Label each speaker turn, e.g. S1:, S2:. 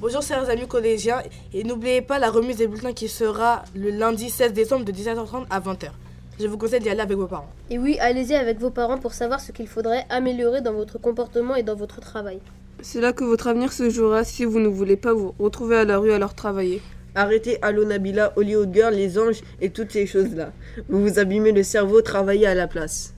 S1: Bonjour chers amis collégiens et n'oubliez pas la remise des bulletins qui sera le lundi 16 décembre de 17h30 à 20h. Je vous conseille d'y aller avec vos parents.
S2: Et oui, allez-y avec vos parents pour savoir ce qu'il faudrait améliorer dans votre comportement et dans votre travail.
S3: C'est là que votre avenir se jouera si vous ne voulez pas vous retrouver à la rue alors travailler.
S4: Arrêtez Alonabila, Hollywood Girl, les anges et toutes ces choses-là. Vous vous abîmez le cerveau, travaillez à la place.